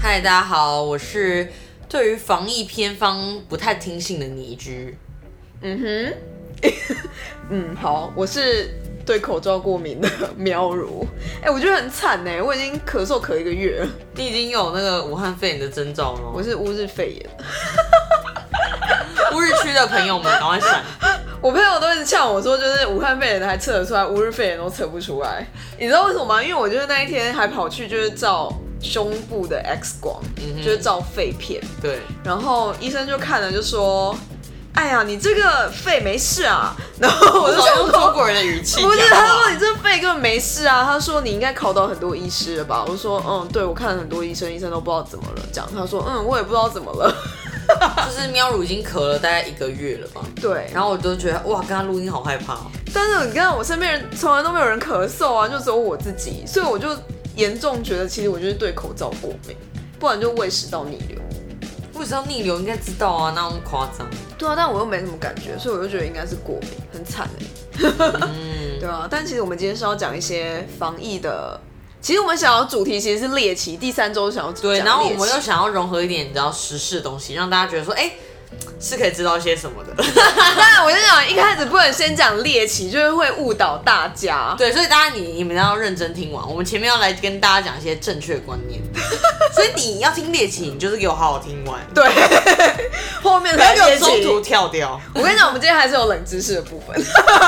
嗨，大家好，我是对于防疫偏方不太听信的倪居。嗯哼， 嗯，好，我是对口罩过敏的 喵如。哎、我觉得很惨呢，我已经咳嗽咳一个月了，你已经有那个武汉肺炎的征兆我吗？是乌日肺炎，乌日区的朋友们，赶快闪！我朋友都一直呛我说，就是武汉肺炎的还测得出来，乌日肺炎都测不出来。你知道为什么吗？因为我就是那一天还跑去就是照胸部的 X 光，嗯哼就是照肺片，对，然后医生就看了就说。哎呀，你这个肺没事啊？然后我 我就少说用中国人的语 气不是，讲他说话。你这肺根本没事啊。他说你应该考到很多医师了吧？我说嗯，对，我看了很多医生，医生都不知道怎么了。这样他说嗯，我也不知道怎么 了。就是喵乳已经咳了大概一个月了吧，对，然然后后我就觉得哇，跟他录音好害怕、哦。但是你看我身边人从来都没有人咳嗽啊，就只有我自己，所以我就严重觉得其实我就是对口罩过敏，不然就胃食道逆流。不知道逆流应该知道啊，那么夸 张。对啊，但我又没什么感觉，所以我就觉得应该是过敏，很惨哎、嗯，对啊，但其实我们今天是要讲一些防疫的，其实我们想要主题其实是猎奇，第三周想要讲对，然后我猎们奇又想要融合一点你知道时事的东西，让大家觉得说，哎、是可以知道些什么的。 但我就想一开始不能先讲猎奇，就是会误导大家。对，所以大家你你们要认真听完，我们前面要来跟大家讲一些正确观念。 所以你要听猎奇，你就是给我好好听完，对，后面不要才给我猎中奇。途跳掉。我跟你讲，我们今天还是有冷知识的部分，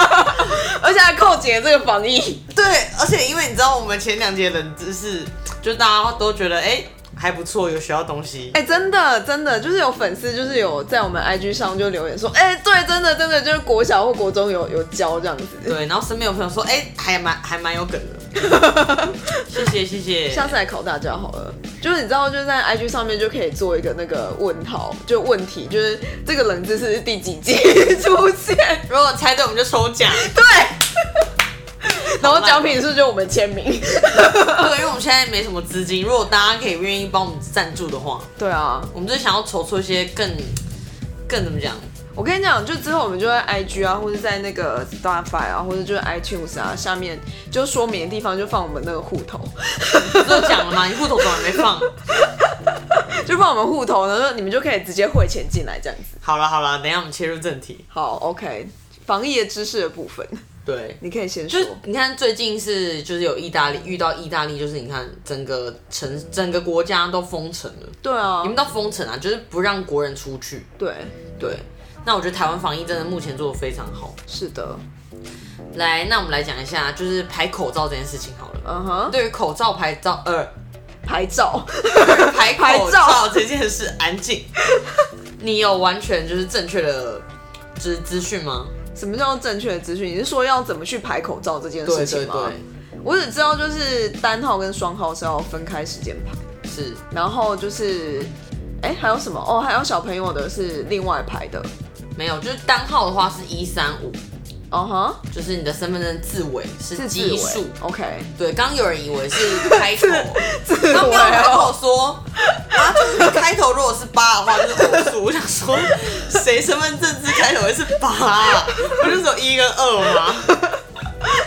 而且还扣紧了这个防疫。对，而且因为你知道我们前两节冷知识，就大家都觉得哎、还不错，有学到东西。哎、真的真的，就是有粉丝就是有在我们 IG 上就留言说，哎、对，真的真的就是国小或国中有有教这样子。对，然后身边有朋友说，哎、还蛮还蛮有梗的。谢谢谢谢。下次来考大家好了，就是你知道，就是在 IG 上面就可以做一个那个问号，就问题，就是这个冷知识是第几集出现。如果猜对，我们就抽奖。 哦然后奖品是就我们签名。对，因为我们现在没什么资金，如果大家可以愿意帮我们赞助的话， 对啊，我们就想要筹措一些更更怎么讲。我跟你讲，就之后我们就在 IG 啊，或者在那个 Spotify 啊，或者就是 iTunes 啊下面就说明的地方就放我们那个户头， 都讲了吗？你户头怎么还没放？就放我们户头，然后你们就可以直接汇钱进来这样子。好了好了，等一下我们切入正题。好，OK，防疫的知识的部分，对，你可以先就说是。你看最近是就是有意大利遇到意大利，就是你看整个城整个国家都封城了，对啊你，们到封城啊，就是不让国人出去。对，对，那我觉得台湾防疫真的目前做的非常好。是的，来，那我们来讲一下就是排口罩这件事情好了。嗯哼，对于口罩排罩 呃拍照，排拍口罩照这件事，安静，你有完全就是正确的资资讯吗？什么叫正确的资讯？你是说要怎么去排口罩这件对事对情吗？对，我只知道就是单号跟双号是要分开时间排。是。然后就是，哎、还有什么？哦，还有小朋友的是另外排的，没有，就是单号的话是一三五，哦哈，就是你的身份证字尾是是奇字数尾。，OK， 对，刚有人以为是开 头，啊字尾然后喵还跟我哦，说，啊，就是你开头如果是八的话就是偶数。我想说，谁身份证字开头会是八、啊？不是说一跟二吗？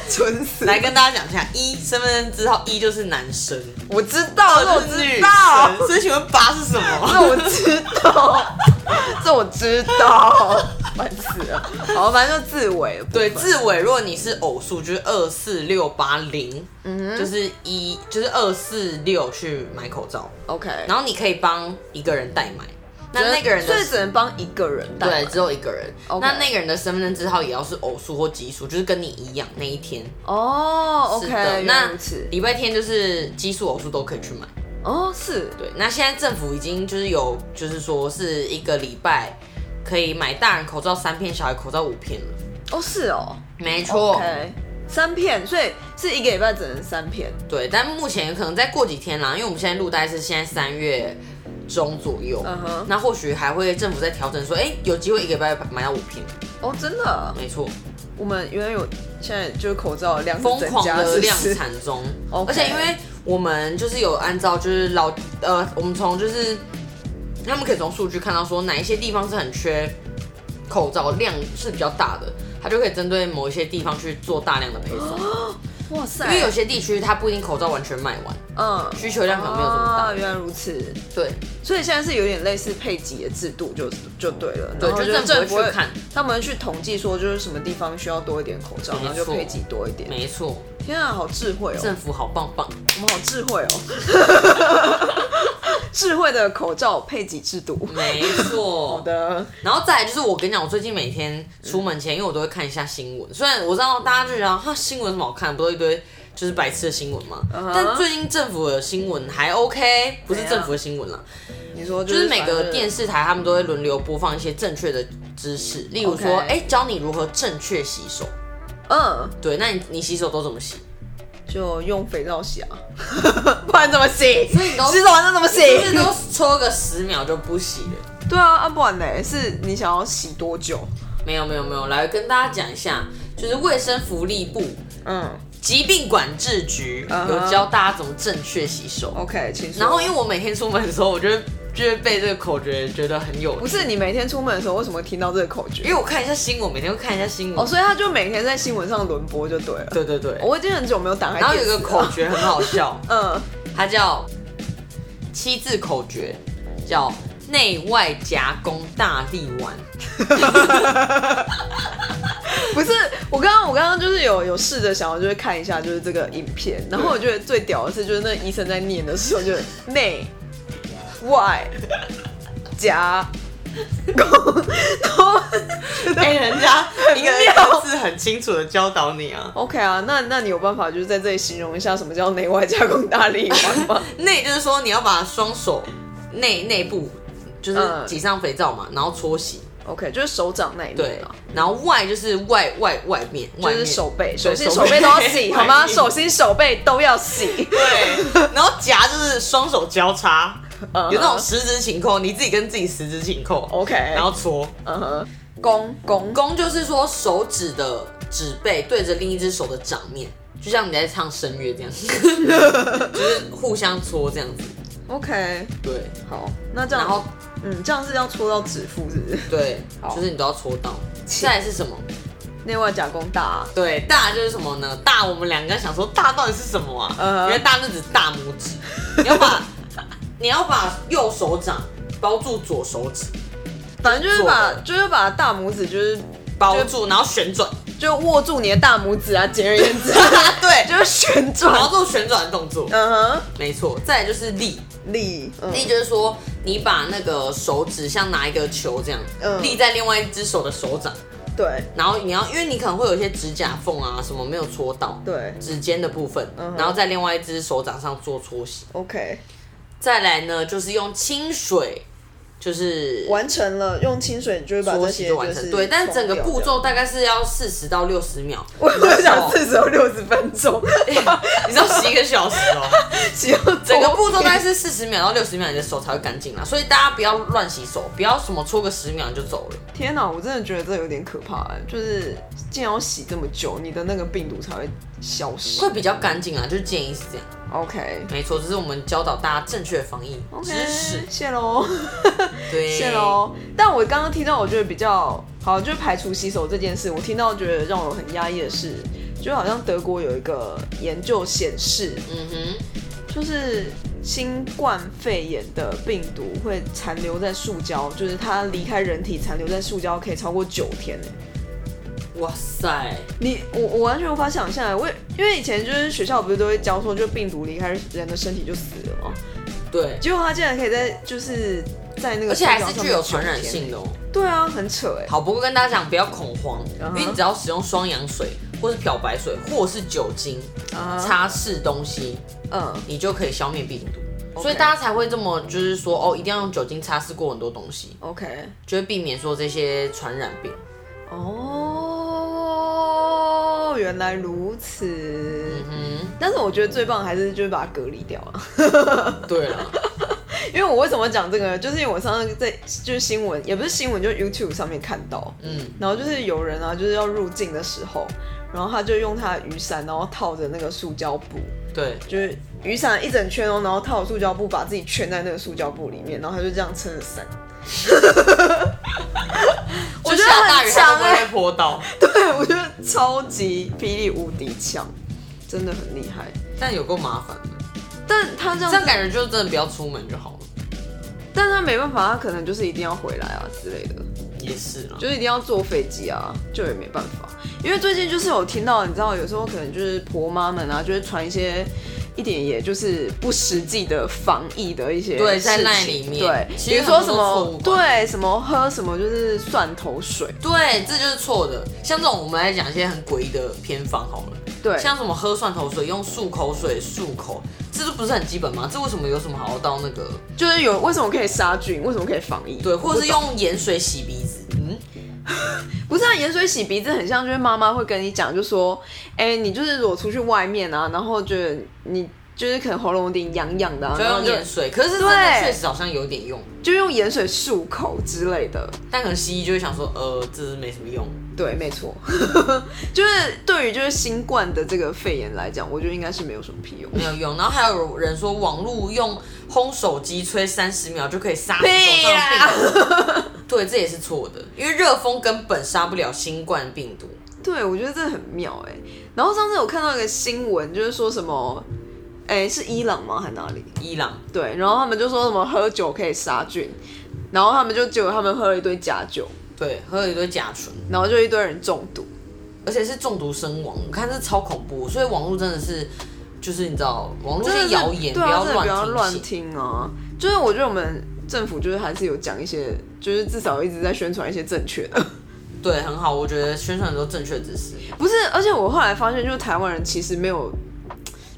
蠢死！来跟大家讲一下，一身份证字号一就是男生，我知道，这我二就是知女道，生，所以请问八是什么？这我知道， 这我知道， 烦死了。好，反正就字尾的部分，对，字尾如果你是偶数，就是二四六八零，嗯哼就是一，就是二四六去买口罩。 ，OK，然后你可以帮一个人代买，那那个人所以的只能帮一个人带对只有一个人， OK 那那个人的身份证字号也要是偶数或奇数，就是跟你一样那一天。哦是，OK，的，原来那如此，礼拜天就是奇数、偶数都可以去买。哦，是，对，那现在政府已经就是有，就是说是一个礼拜可以买大人口罩三片，小孩口罩五片了。哦，是哦没错，OK，三片，所以是一个礼拜只能三片。对，但目前可能再过几天啦，因为我们现在录大概是现在三月中左右嗯哼那或许还会政府再调整说，哎、有机会一个礼拜买到五片，哦，真的，没错。我们原来有，现在就是口罩的量是疯增狂加的是不量嗯是产中， OK 而且因为我们就是有按照就是老呃，我们从就是他们可以从数据看到说哪一些地方是很缺口罩量是比较大的，它就可以针对某一些地方去做大量的配送。哇塞，因为有些地区它不一定口罩完全卖完，嗯需求量可能没有这么大啊原来如此，对，所以现在是有点类似配给的制度就，就对了。对然后就就是政府府会会去看，他们去统计说就是什么地方需要多一点口罩，没然后就错配给多一点。没错，天啊，好智慧哦！政府好棒棒，我们好智慧哦！ 智慧的口罩配给制度。没好错。的，然后再来就是我跟你讲，我最近每天出门嗯前，因为我都会看一下新闻，虽然我知道大家就觉得哈新闻有什么好看，不都一堆就是白痴的新闻嘛。嗯但最近政府的新闻还 OK，不是怎样政府的新闻啦，你说啊就就是每个电视视台他们都会轮流播放一些正确的知识，例如说，嗯 OK 哎、教你如何正确洗手。嗯，对，那你你洗手都怎么洗？就用肥皂洗啊， 不然怎么洗？所以你都洗手完再怎么就是洗？都搓个十秒就不洗了。对啊，啊不然呢？是你想要洗多久？没有没有没有，来跟大家讲一下，就是卫生福利部嗯疾病管制局嗯哼有教大家怎么正确洗手。 ，OK，请说。然后因为我每天出门的时候，我就会就会被这个口诀觉得很有趣，不是你每天出门的时候为什么会听到这个口因诀？为我看一下新闻，每天会看一下新哦，闻。所以他就每天在新闻上轮播就对了。对对对。我已经很久没有打开。然后有一个口，诀很好 笑，嗯，它叫七字口诀，叫内外夹攻大力丸。不是，我刚刚我刚刚就是有有试着想要就是看一下就是这个影片，然后我觉得最屌的是就是那医生在念的时候就是 内外夹攻，然后哎、人 家一个很妙字很清楚的教导你啊。 OK 啊，那那你有办法就是在这里形容一下什么叫内外夹攻大力 丸吗？内就是说你要把双手内内部就是挤上肥皂嘛，然后搓洗。 ？OK，就是手掌那一面对啊。，然后外就是外外外面，就外是面手背，对手心手手背背都要洗，好吗？外面手心手背都要洗。 对， 然后夹就是双手交叉，嗯有那种十指紧扣，你自己跟自己十指紧扣。哦 OK，然后搓。嗯哼，弓弓弓就是说手指的指背对着另一只手的掌面，就像你在唱声乐这 样，就是互相搓这样子。 ，OK，对，好，那这样，然后嗯，这样是要戳到指腹，是不 是？对，好就是你都要搓到。再来是什么？内外夹弓大，啊对，大就是什么呢？大，我们两个想说大到底是什么啊？嗯因为大是指大拇指，你要 把你要把右手掌包住左手指，反正就是把左就是把大拇指就是包住，然后旋 转，就握住你的大拇指啊，简而言 之，对，就是旋然转后。做旋转的动作，嗯哼，没错。再来就是力，力，嗯力就是说你把那个手指像拿一个球这样嗯立在另外一只手的手掌，对然后你要因为你可能会有一些指甲缝啊什么没有戳到，对指尖的部分嗯，哼然后在另外一只手掌上做搓洗。 ，OK，再来呢，就是用清水，就是完成了，用清水你就会把搓这洗些就就完是成。对，但整个冲掉步这样，骤大概是要四十到六十秒。我我想你四十六十分钟， 知道洗一个小时哦，只有 整个步骤大概是四十秒到六十秒，你的手才会干净啦。所以大家不要乱洗手，不要什么搓个十秒你就走了。天哪，我真的觉得这有点可怕，欸就是竟然要洗这么久，你的那个病毒才会消失 会。比较干净啊，就是建议是这样。 OK。没错，这是我们教导大家正确的防疫 OK，知识。谢喽， 对，谢。喽。但我刚刚听到，我觉得比较好，就是呃排除洗手这件事，我听到觉得让我很压抑的是，就好像德国有一个研究显示，嗯哼，就是新冠肺炎的病毒会残留在塑胶，就是它离开人体残留在塑胶可以超过九天呢。哇塞，你我我完全无法想象，哎我因为以前就是学校不是都会教说，就病毒离开人的身体就死了嘛，对，结果它竟然可以在就是在那个，而且还是具有传染。性的哦。对啊，很扯哎。好，不过跟大家讲，不要恐慌，嗯因哼为你只要使用双氧水或是漂白水或是酒精啊擦拭东西，嗯，你就可以消灭病毒。 OK 所以大家才会这么就是说哦，一定要用酒精擦拭过很多东西， OK，就会避免说这些传染病。哦，原来如此。嗯但是我觉得最棒还是就是把它隔离掉啊。 哼，对了，因为我为什么讲这个，就是因为我上次在就是新闻，也不是新闻，就是 YouTube 上面看到，嗯，然后就是有人啊，就是要入境的时候，然后他就用他的雨伞，然后套着那个塑胶布，对，就是雨伞一整圈哦，然后套塑胶布，把自己圈在那个塑胶布里面，然后他就这样撑着伞。我觉得就下大雨很强它都不 欸会被泼到。对，我觉得超级霹雳无敌强，真的很厉害。但有够麻烦的，但他这样这样子感觉就是真的不要出门就好了。但他没办法，他可能就是一定要回来啊之类的，也是啦，就是一定要坐飞机啊，就也没办法。因为最近就是有听到，你知道，有时候可能就是婆妈们啊，就会传一些一点也就是不实际的防疫的一些对在事情 LINE 里面对，其比实如说很什多错么误吧对什么喝什么就是蒜头水，对，这就是错的。像这种，我们来讲一些很诡异的偏方好了。对，像什么喝蒜头水、用漱口水漱口，这都不是很基本吗？这为什么有什么好到那个？就是有为什么可以杀菌，为什么可以防疫？对，或者是我不懂用盐水洗鼻子，嗯，不是啊，盐水洗鼻子很像，就是妈妈会跟你讲，就说，哎、你就是如果出去外面啊，然后觉得你就是可能喉咙有点痒痒的、啊，就然后用就盐水。可是真的对确实好像有点用，就用盐水漱口之类的。但可能西医就会想说，呃，这是没什么用。对，没错，就是对于就是新冠的这个肺炎来讲，我觉得应该是没有什么屁用。没有用。然后还有人说，网络用烘手机吹三十秒就可以杀死手屁啊上啦的病毒，对，这也是错的，因为热风根本杀不了新冠病毒。对，我觉得这很妙哎、然后上次有看到一个新闻，就是说什么，哎、是伊朗吗？还哪里？伊朗对，然后他们就说什么喝酒可以杀菌，然后他们就结果他们喝了一堆假酒，对喝了一堆甲醇，然后就一堆人中毒。而且是中毒身亡，我看这超恐怖，所以网络真的是。就是你知道，网络真的些是谣言、对啊，真的不不要乱乱听信。听啊！就是我觉得我们政府就是还是有讲一些，就是至少一直在宣传一些正确的。 对，很好，我觉得宣传很多正确知识。不是，而且我后来发现，就是台湾人其实没有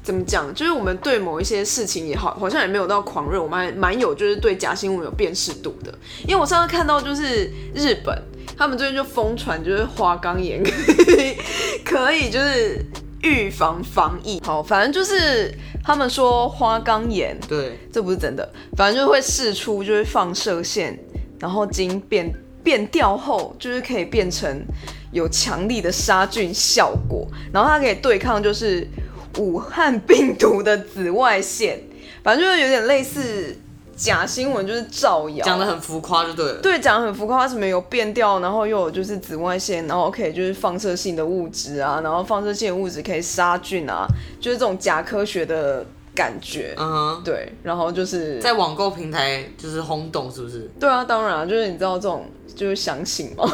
怎么讲，就是我们对某一些事情也好，好像也没有到狂热，我们还蛮有就是对假新闻有辨识度的。因为我上次看到就是日本，他们最近就疯传就是花岗岩 可以可以就是预防防疫，好，反正就是他们说花岗岩对，这不是真的，反正就会试出就是放射线，然后经变变调后，就是可以变成有强力的杀菌效果，然后它可以对抗就是武汉病毒的紫外线， 反正就是有点类似假新闻，就是造谣，讲的很浮夸就对了。对，讲得很浮夸，什么有变调，然后又有就是紫外线，然后可以就是放射性的物质啊，然后放射性的物质可以杀菌啊，就是这种假科学的感觉。嗯哼，对，然后就是在网购平台就是轰动，是不是？对啊，当然啊，就是你知道这种就是相信吗？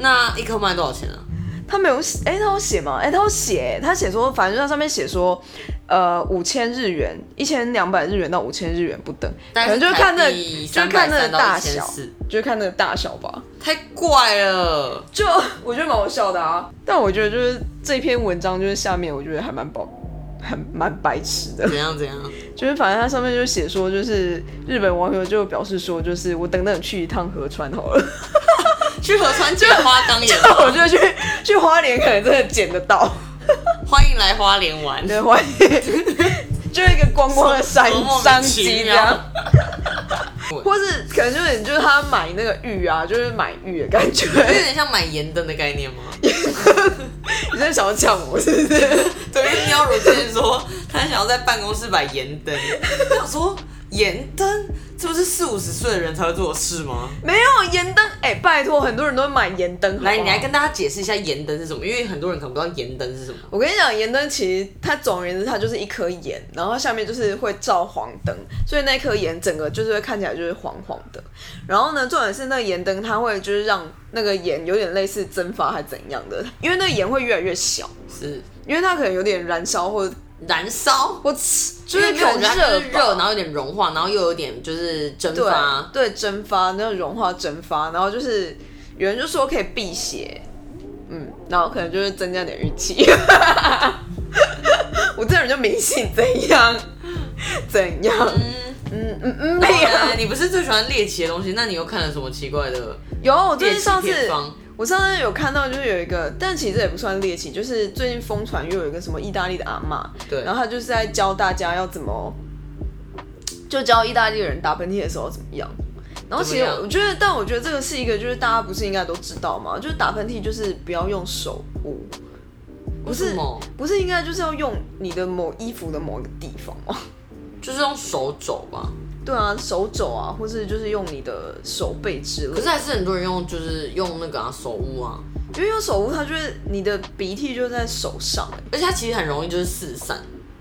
那一颗卖多少钱啊？ 他没有写，哎、他有写吗？哎、他有写，他写说，反正就在上面写说，呃，五千日元，一千两百日元到五千日元不等，可但是能就是看那，台就币是看那330个到大小1400，就是看那个大小吧。太怪了。就我觉得蛮好笑的啊，但我觉得就是这篇文章就是下面我觉得还蛮宝，还蛮白痴的。怎样怎 样？就是反正它上面就写说，就是日本网友就表示说，就是我等等去一趟河川好了。去河川见花岗岩， 我觉得去去花莲可能真的捡得到，欢迎来花莲玩。对，花 莲就是一个光光的山多么莫山名其鸡这妙 样，或是可能就是就是他买那个玉啊，就是买玉的感觉。有点像买盐灯的概念吗？ 你在想要呛我是不是？ 对，因为喵如之前说他想要在办公室摆盐 灯，我想说盐灯，这不是四五十岁的人才会做的事吗？没有盐灯，哎、拜托，很多人都会买盐灯。好不好来，你来跟大家解释一下盐灯是什么，因为很多人可能不知道盐灯是什么。我跟你讲，盐灯其实它总而言之，它就是一颗盐，然后下面就是会照黄灯，所以那颗盐整个就是会看起来就是黄黄的。然后呢，重点是那个盐灯它会就是让那个盐有点类似蒸发还怎样的，因为那个盐会越来越小，是因为它可能有点燃烧 或燃烧，或就是因为很没有它就热是吧 热，然后有点融化，然后又有点就是蒸对发。对蒸发，那种融化蒸发，然后就是有人就说可以辟邪，嗯，然后可能就是增加点运气。 我这人就迷信，怎样？ 怎样？嗯嗯嗯，没有。呃你不是最喜欢猎奇的东西，那你又看了什么奇怪 的 有，我最猎近奇上次偏方？我上次有看到，就是有一个，但其实也不算猎奇，就是最近疯传又有一个什么意大利的阿嬷，对然后她就是在教大家要怎么，就教意大利人打喷嚏的时候怎么样。然后其实怎么样我觉得，但我觉得这个是一个，就是大家不是应该都知道吗？就是打喷嚏就是不要用手捂，不为是什么？不是应该就是要用你的某衣服的某一个地方吗？ 就是用手肘吧。对啊，手肘啊，或是就是用你的手背之类可是。还是很多人用，就是用那个啊手污啊，因为用手捂，它就是你的鼻涕就在手上、欸而且它其实很容易就是四散，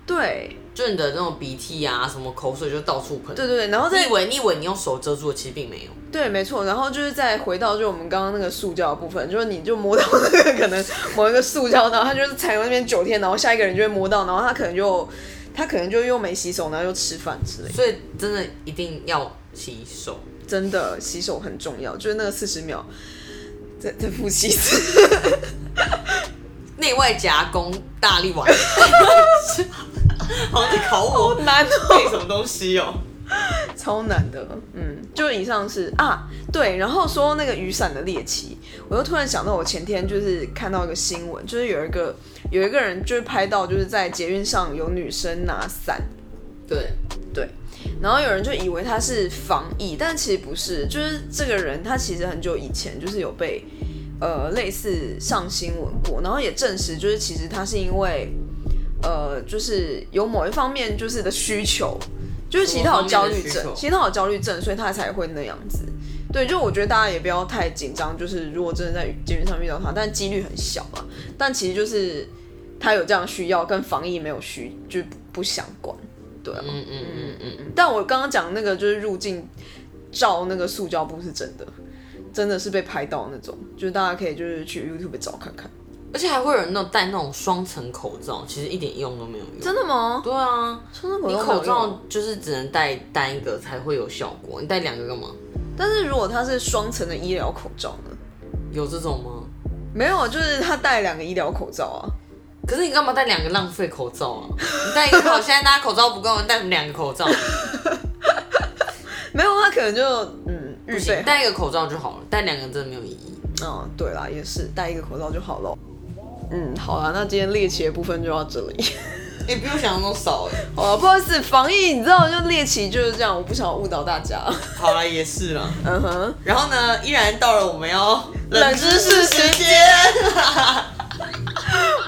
对就你的那种鼻涕啊，什么口水就到处喷。对对对，然后你再以为你以为你用手遮住了，其实并没有。对，没错，然后就是再回到就我们刚刚那个塑胶的部分，就是你就摸到那个可能某一个塑胶，然后它就是踩到那边九天，然后下一个人就会摸到，然后他可能就他可能就又没洗手，然后又吃饭之类的。所以真的一定要洗手。真的洗手很重要，就是那个四十秒，再再复习一次。 内外夹攻，大力 丸。好哦像在考我难背什么东西哦。超难的，嗯，就以上是啊，对，然后说那个雨伞的猎奇，我又突然想到，我前天就是看到一个新闻，就是有一个有一个人就是拍到就是在捷运上有女生拿伞，对，对，然后有人就以为他是防疫，但其实不是，就是这个人他其实很久以前就是有被呃类似上新闻过，然后也证实就是其实他是因为呃就是有某一方面就是的需求，就是其实他有焦虑什么方面的需症求，其实他有焦虑症，所以他才会那样子。对，就我觉得大家也不要太紧张，就是如果真的在街运上遇到他，但几率很小啊。但其实就是他有这样需要，跟防疫没有需就不不相关，对啊。嗯嗯嗯嗯嗯，但我刚刚讲那个就是入境照那个塑胶布是真的，真的是被拍到那种，就是大家可以就是去 YouTube 找看看。而且还会有人那种戴那种双层口罩，其实一点用都没有用。真的吗？对啊，真的你口口罩就是只能戴单一个才会有效果，你戴两个干嘛？但是如果它是双层的医疗口罩呢？有这种吗？没有，啊就是他戴两个医疗口罩啊。 可是你干嘛戴两个浪费口罩啊？你戴一个好，现在大家口罩不够，你戴什么两个口罩？没有，他可能就嗯不预备行，戴一个口罩就好了，戴两个真的没有意义。好。嗯，对啦，也是戴一个口罩就好了。嗯，好啦，那今天猎奇的部分就到这里。 你比我想象中少哎。好了，不好意思，防疫你知道，就猎奇就是这样，我不想误导大家。 欸好了，也是了。嗯哼。然后呢，依然到了我们要冷知识时间。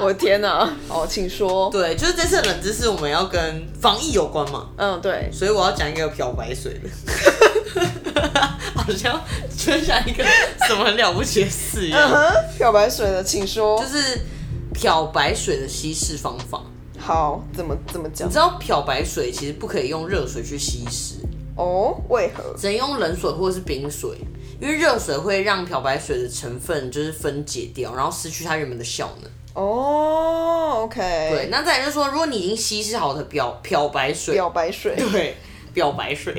我的天哪、哦，请说。 对，就是这次的冷知识我们要跟防疫有关嘛，嗯，对，所以我要讲一个漂白 水的。好像就像一个什么很了不起的事一嗯样，哼，漂白水的，请说就。是漂白水的稀释方法。好，怎么怎么讲你？知道漂白水其实不可以用热水去稀释，哦，为何？只能用冷水或者是冰水，因为热水会让漂白水的成分就是分解掉，然后失去它原本的效能。哦，OK，对，，那再来就是说，如果你已经稀释好的漂漂白水，漂 白水。对，漂白水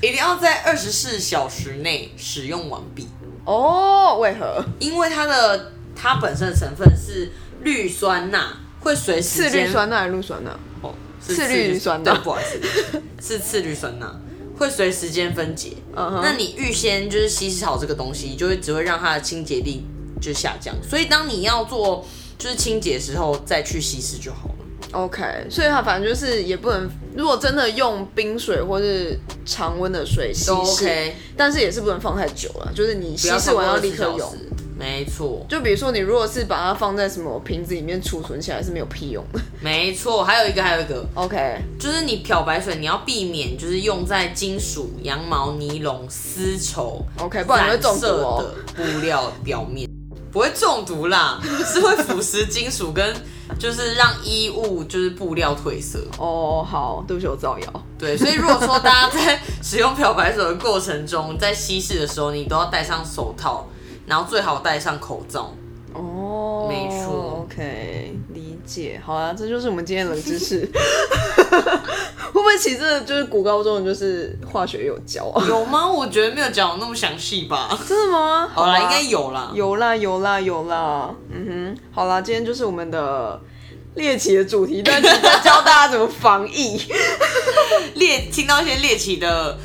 一定要在二十四小时内使用完毕，哦，为何？因为它的它本身的成分是氯酸钠，会随时次氯间酸钠还是氯酸钠？哦，是次氯酸钠对不好意思，是次氯酸钠，会随时间分解。嗯哼那你预先就是稀释好这个东西，就会只会让它的清洁力就下降，所以当你要做就是清洁的时候再去稀释就好了。 OK，所以它反正就是也不能，如果真的用冰水或是常温的水稀都释哦 OK，但是也是不能放太久了，就是你不稀要释完超要过立刻24小用时。。没错，就比如说你如果是把它放在什么瓶子里面储存起来是没有屁用的。没错，还有一个，还有一个， OK，就是你漂白水，你要避免就是用在金属、羊毛、尼龙、丝绸 OK，不然你会中毒哦染色的布料表面不会中毒啦，是会腐蚀金属跟就是让衣物就是布料褪色。哦，好，对不起，我造谣。对，所以如果说大家在使用漂白水的过程中，在稀释的时候，你都要戴上手套，然后最好戴上口罩。哦，没错，OK，理解。好啊，这就是我们今天的冷知识。 会不会其实真的就是古高中的就是化学有教啊？有吗？我觉得没有讲得那么详细吧。 真的吗？啊好啊啦，吧应该有啦。有啦，有啦，有啦。嗯哼，好啦，今天就是我们的猎奇的主题，但是在教大家怎么防 疫。。猎听到一些猎奇的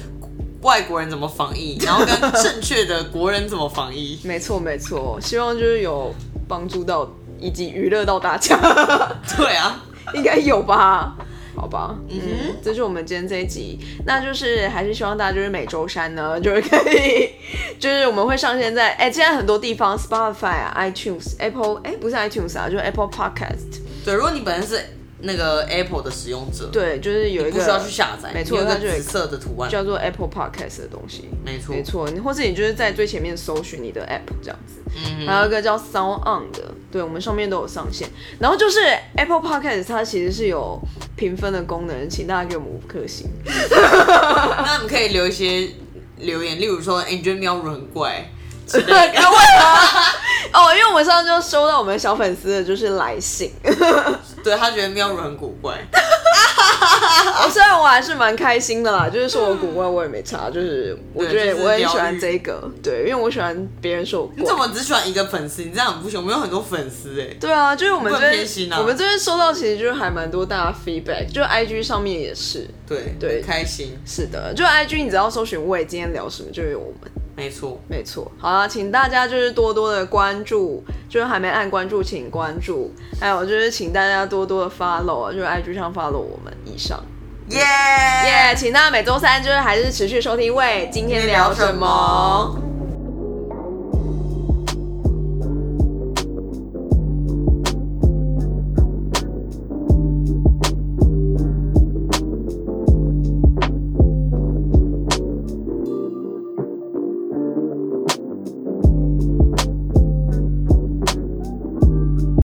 外国人怎么防疫，然后 跟正确的国人怎么防疫没错，没错，希望就是有帮助到以及娱乐到大家。对啊， 应该有吧？好吧，嗯，这是我们今天这一集，那就是还是希望大家就是每周三呢， 就是可以，就是我们会上线在哎、现在很多地方，Spotify 啊、iTunes、Apple，哎、不是 iTunes 啊，就是 Apple Podcast，对，如果你本身是那个 Apple 的使用者，，对，就是有一个不需要去下载，没错你有一它就有个一个紫色的图案，叫做 Apple Podcast 的东西。没错，没错，你或者你就是在最前面搜寻你的 app 这样子，嗯还有一个叫 Sound On 的，对我们上面都有上线。然后就是 Apple Podcast 它其实是有评分的功能，请大家给我们五颗星。那你们可以留一些留言，例如说，哎、你觉得喵如很怪，对，为什么？ 哦，因为我们上次就收到我们小粉丝的就是 来信，对他觉得喵如很古 怪，我虽然我还是蛮开心的啦，就是说我古怪我也没差，就是 我觉对得就是我很喜疗欢愈这个，对，因为我喜欢别人说我你怎怪。么只喜欢一个粉丝？你这样很不行，我们有很多粉丝哎、对啊，就是我们这你不能偏心边、啊我们这边收到其实就是还蛮多大家 feedback，就 IG 上面也是，对对很开心，是的，就 IG 你只要搜寻喂今天聊什么就有我们，没错，没错。好啦，请大家就是多多的关注，就是还没按关注请关注，还有就是请大家多多的 follow，啊就是 IG 上 follow 我们以上。耶耶、请大家每周三就是还是持续收听喂今天聊什么。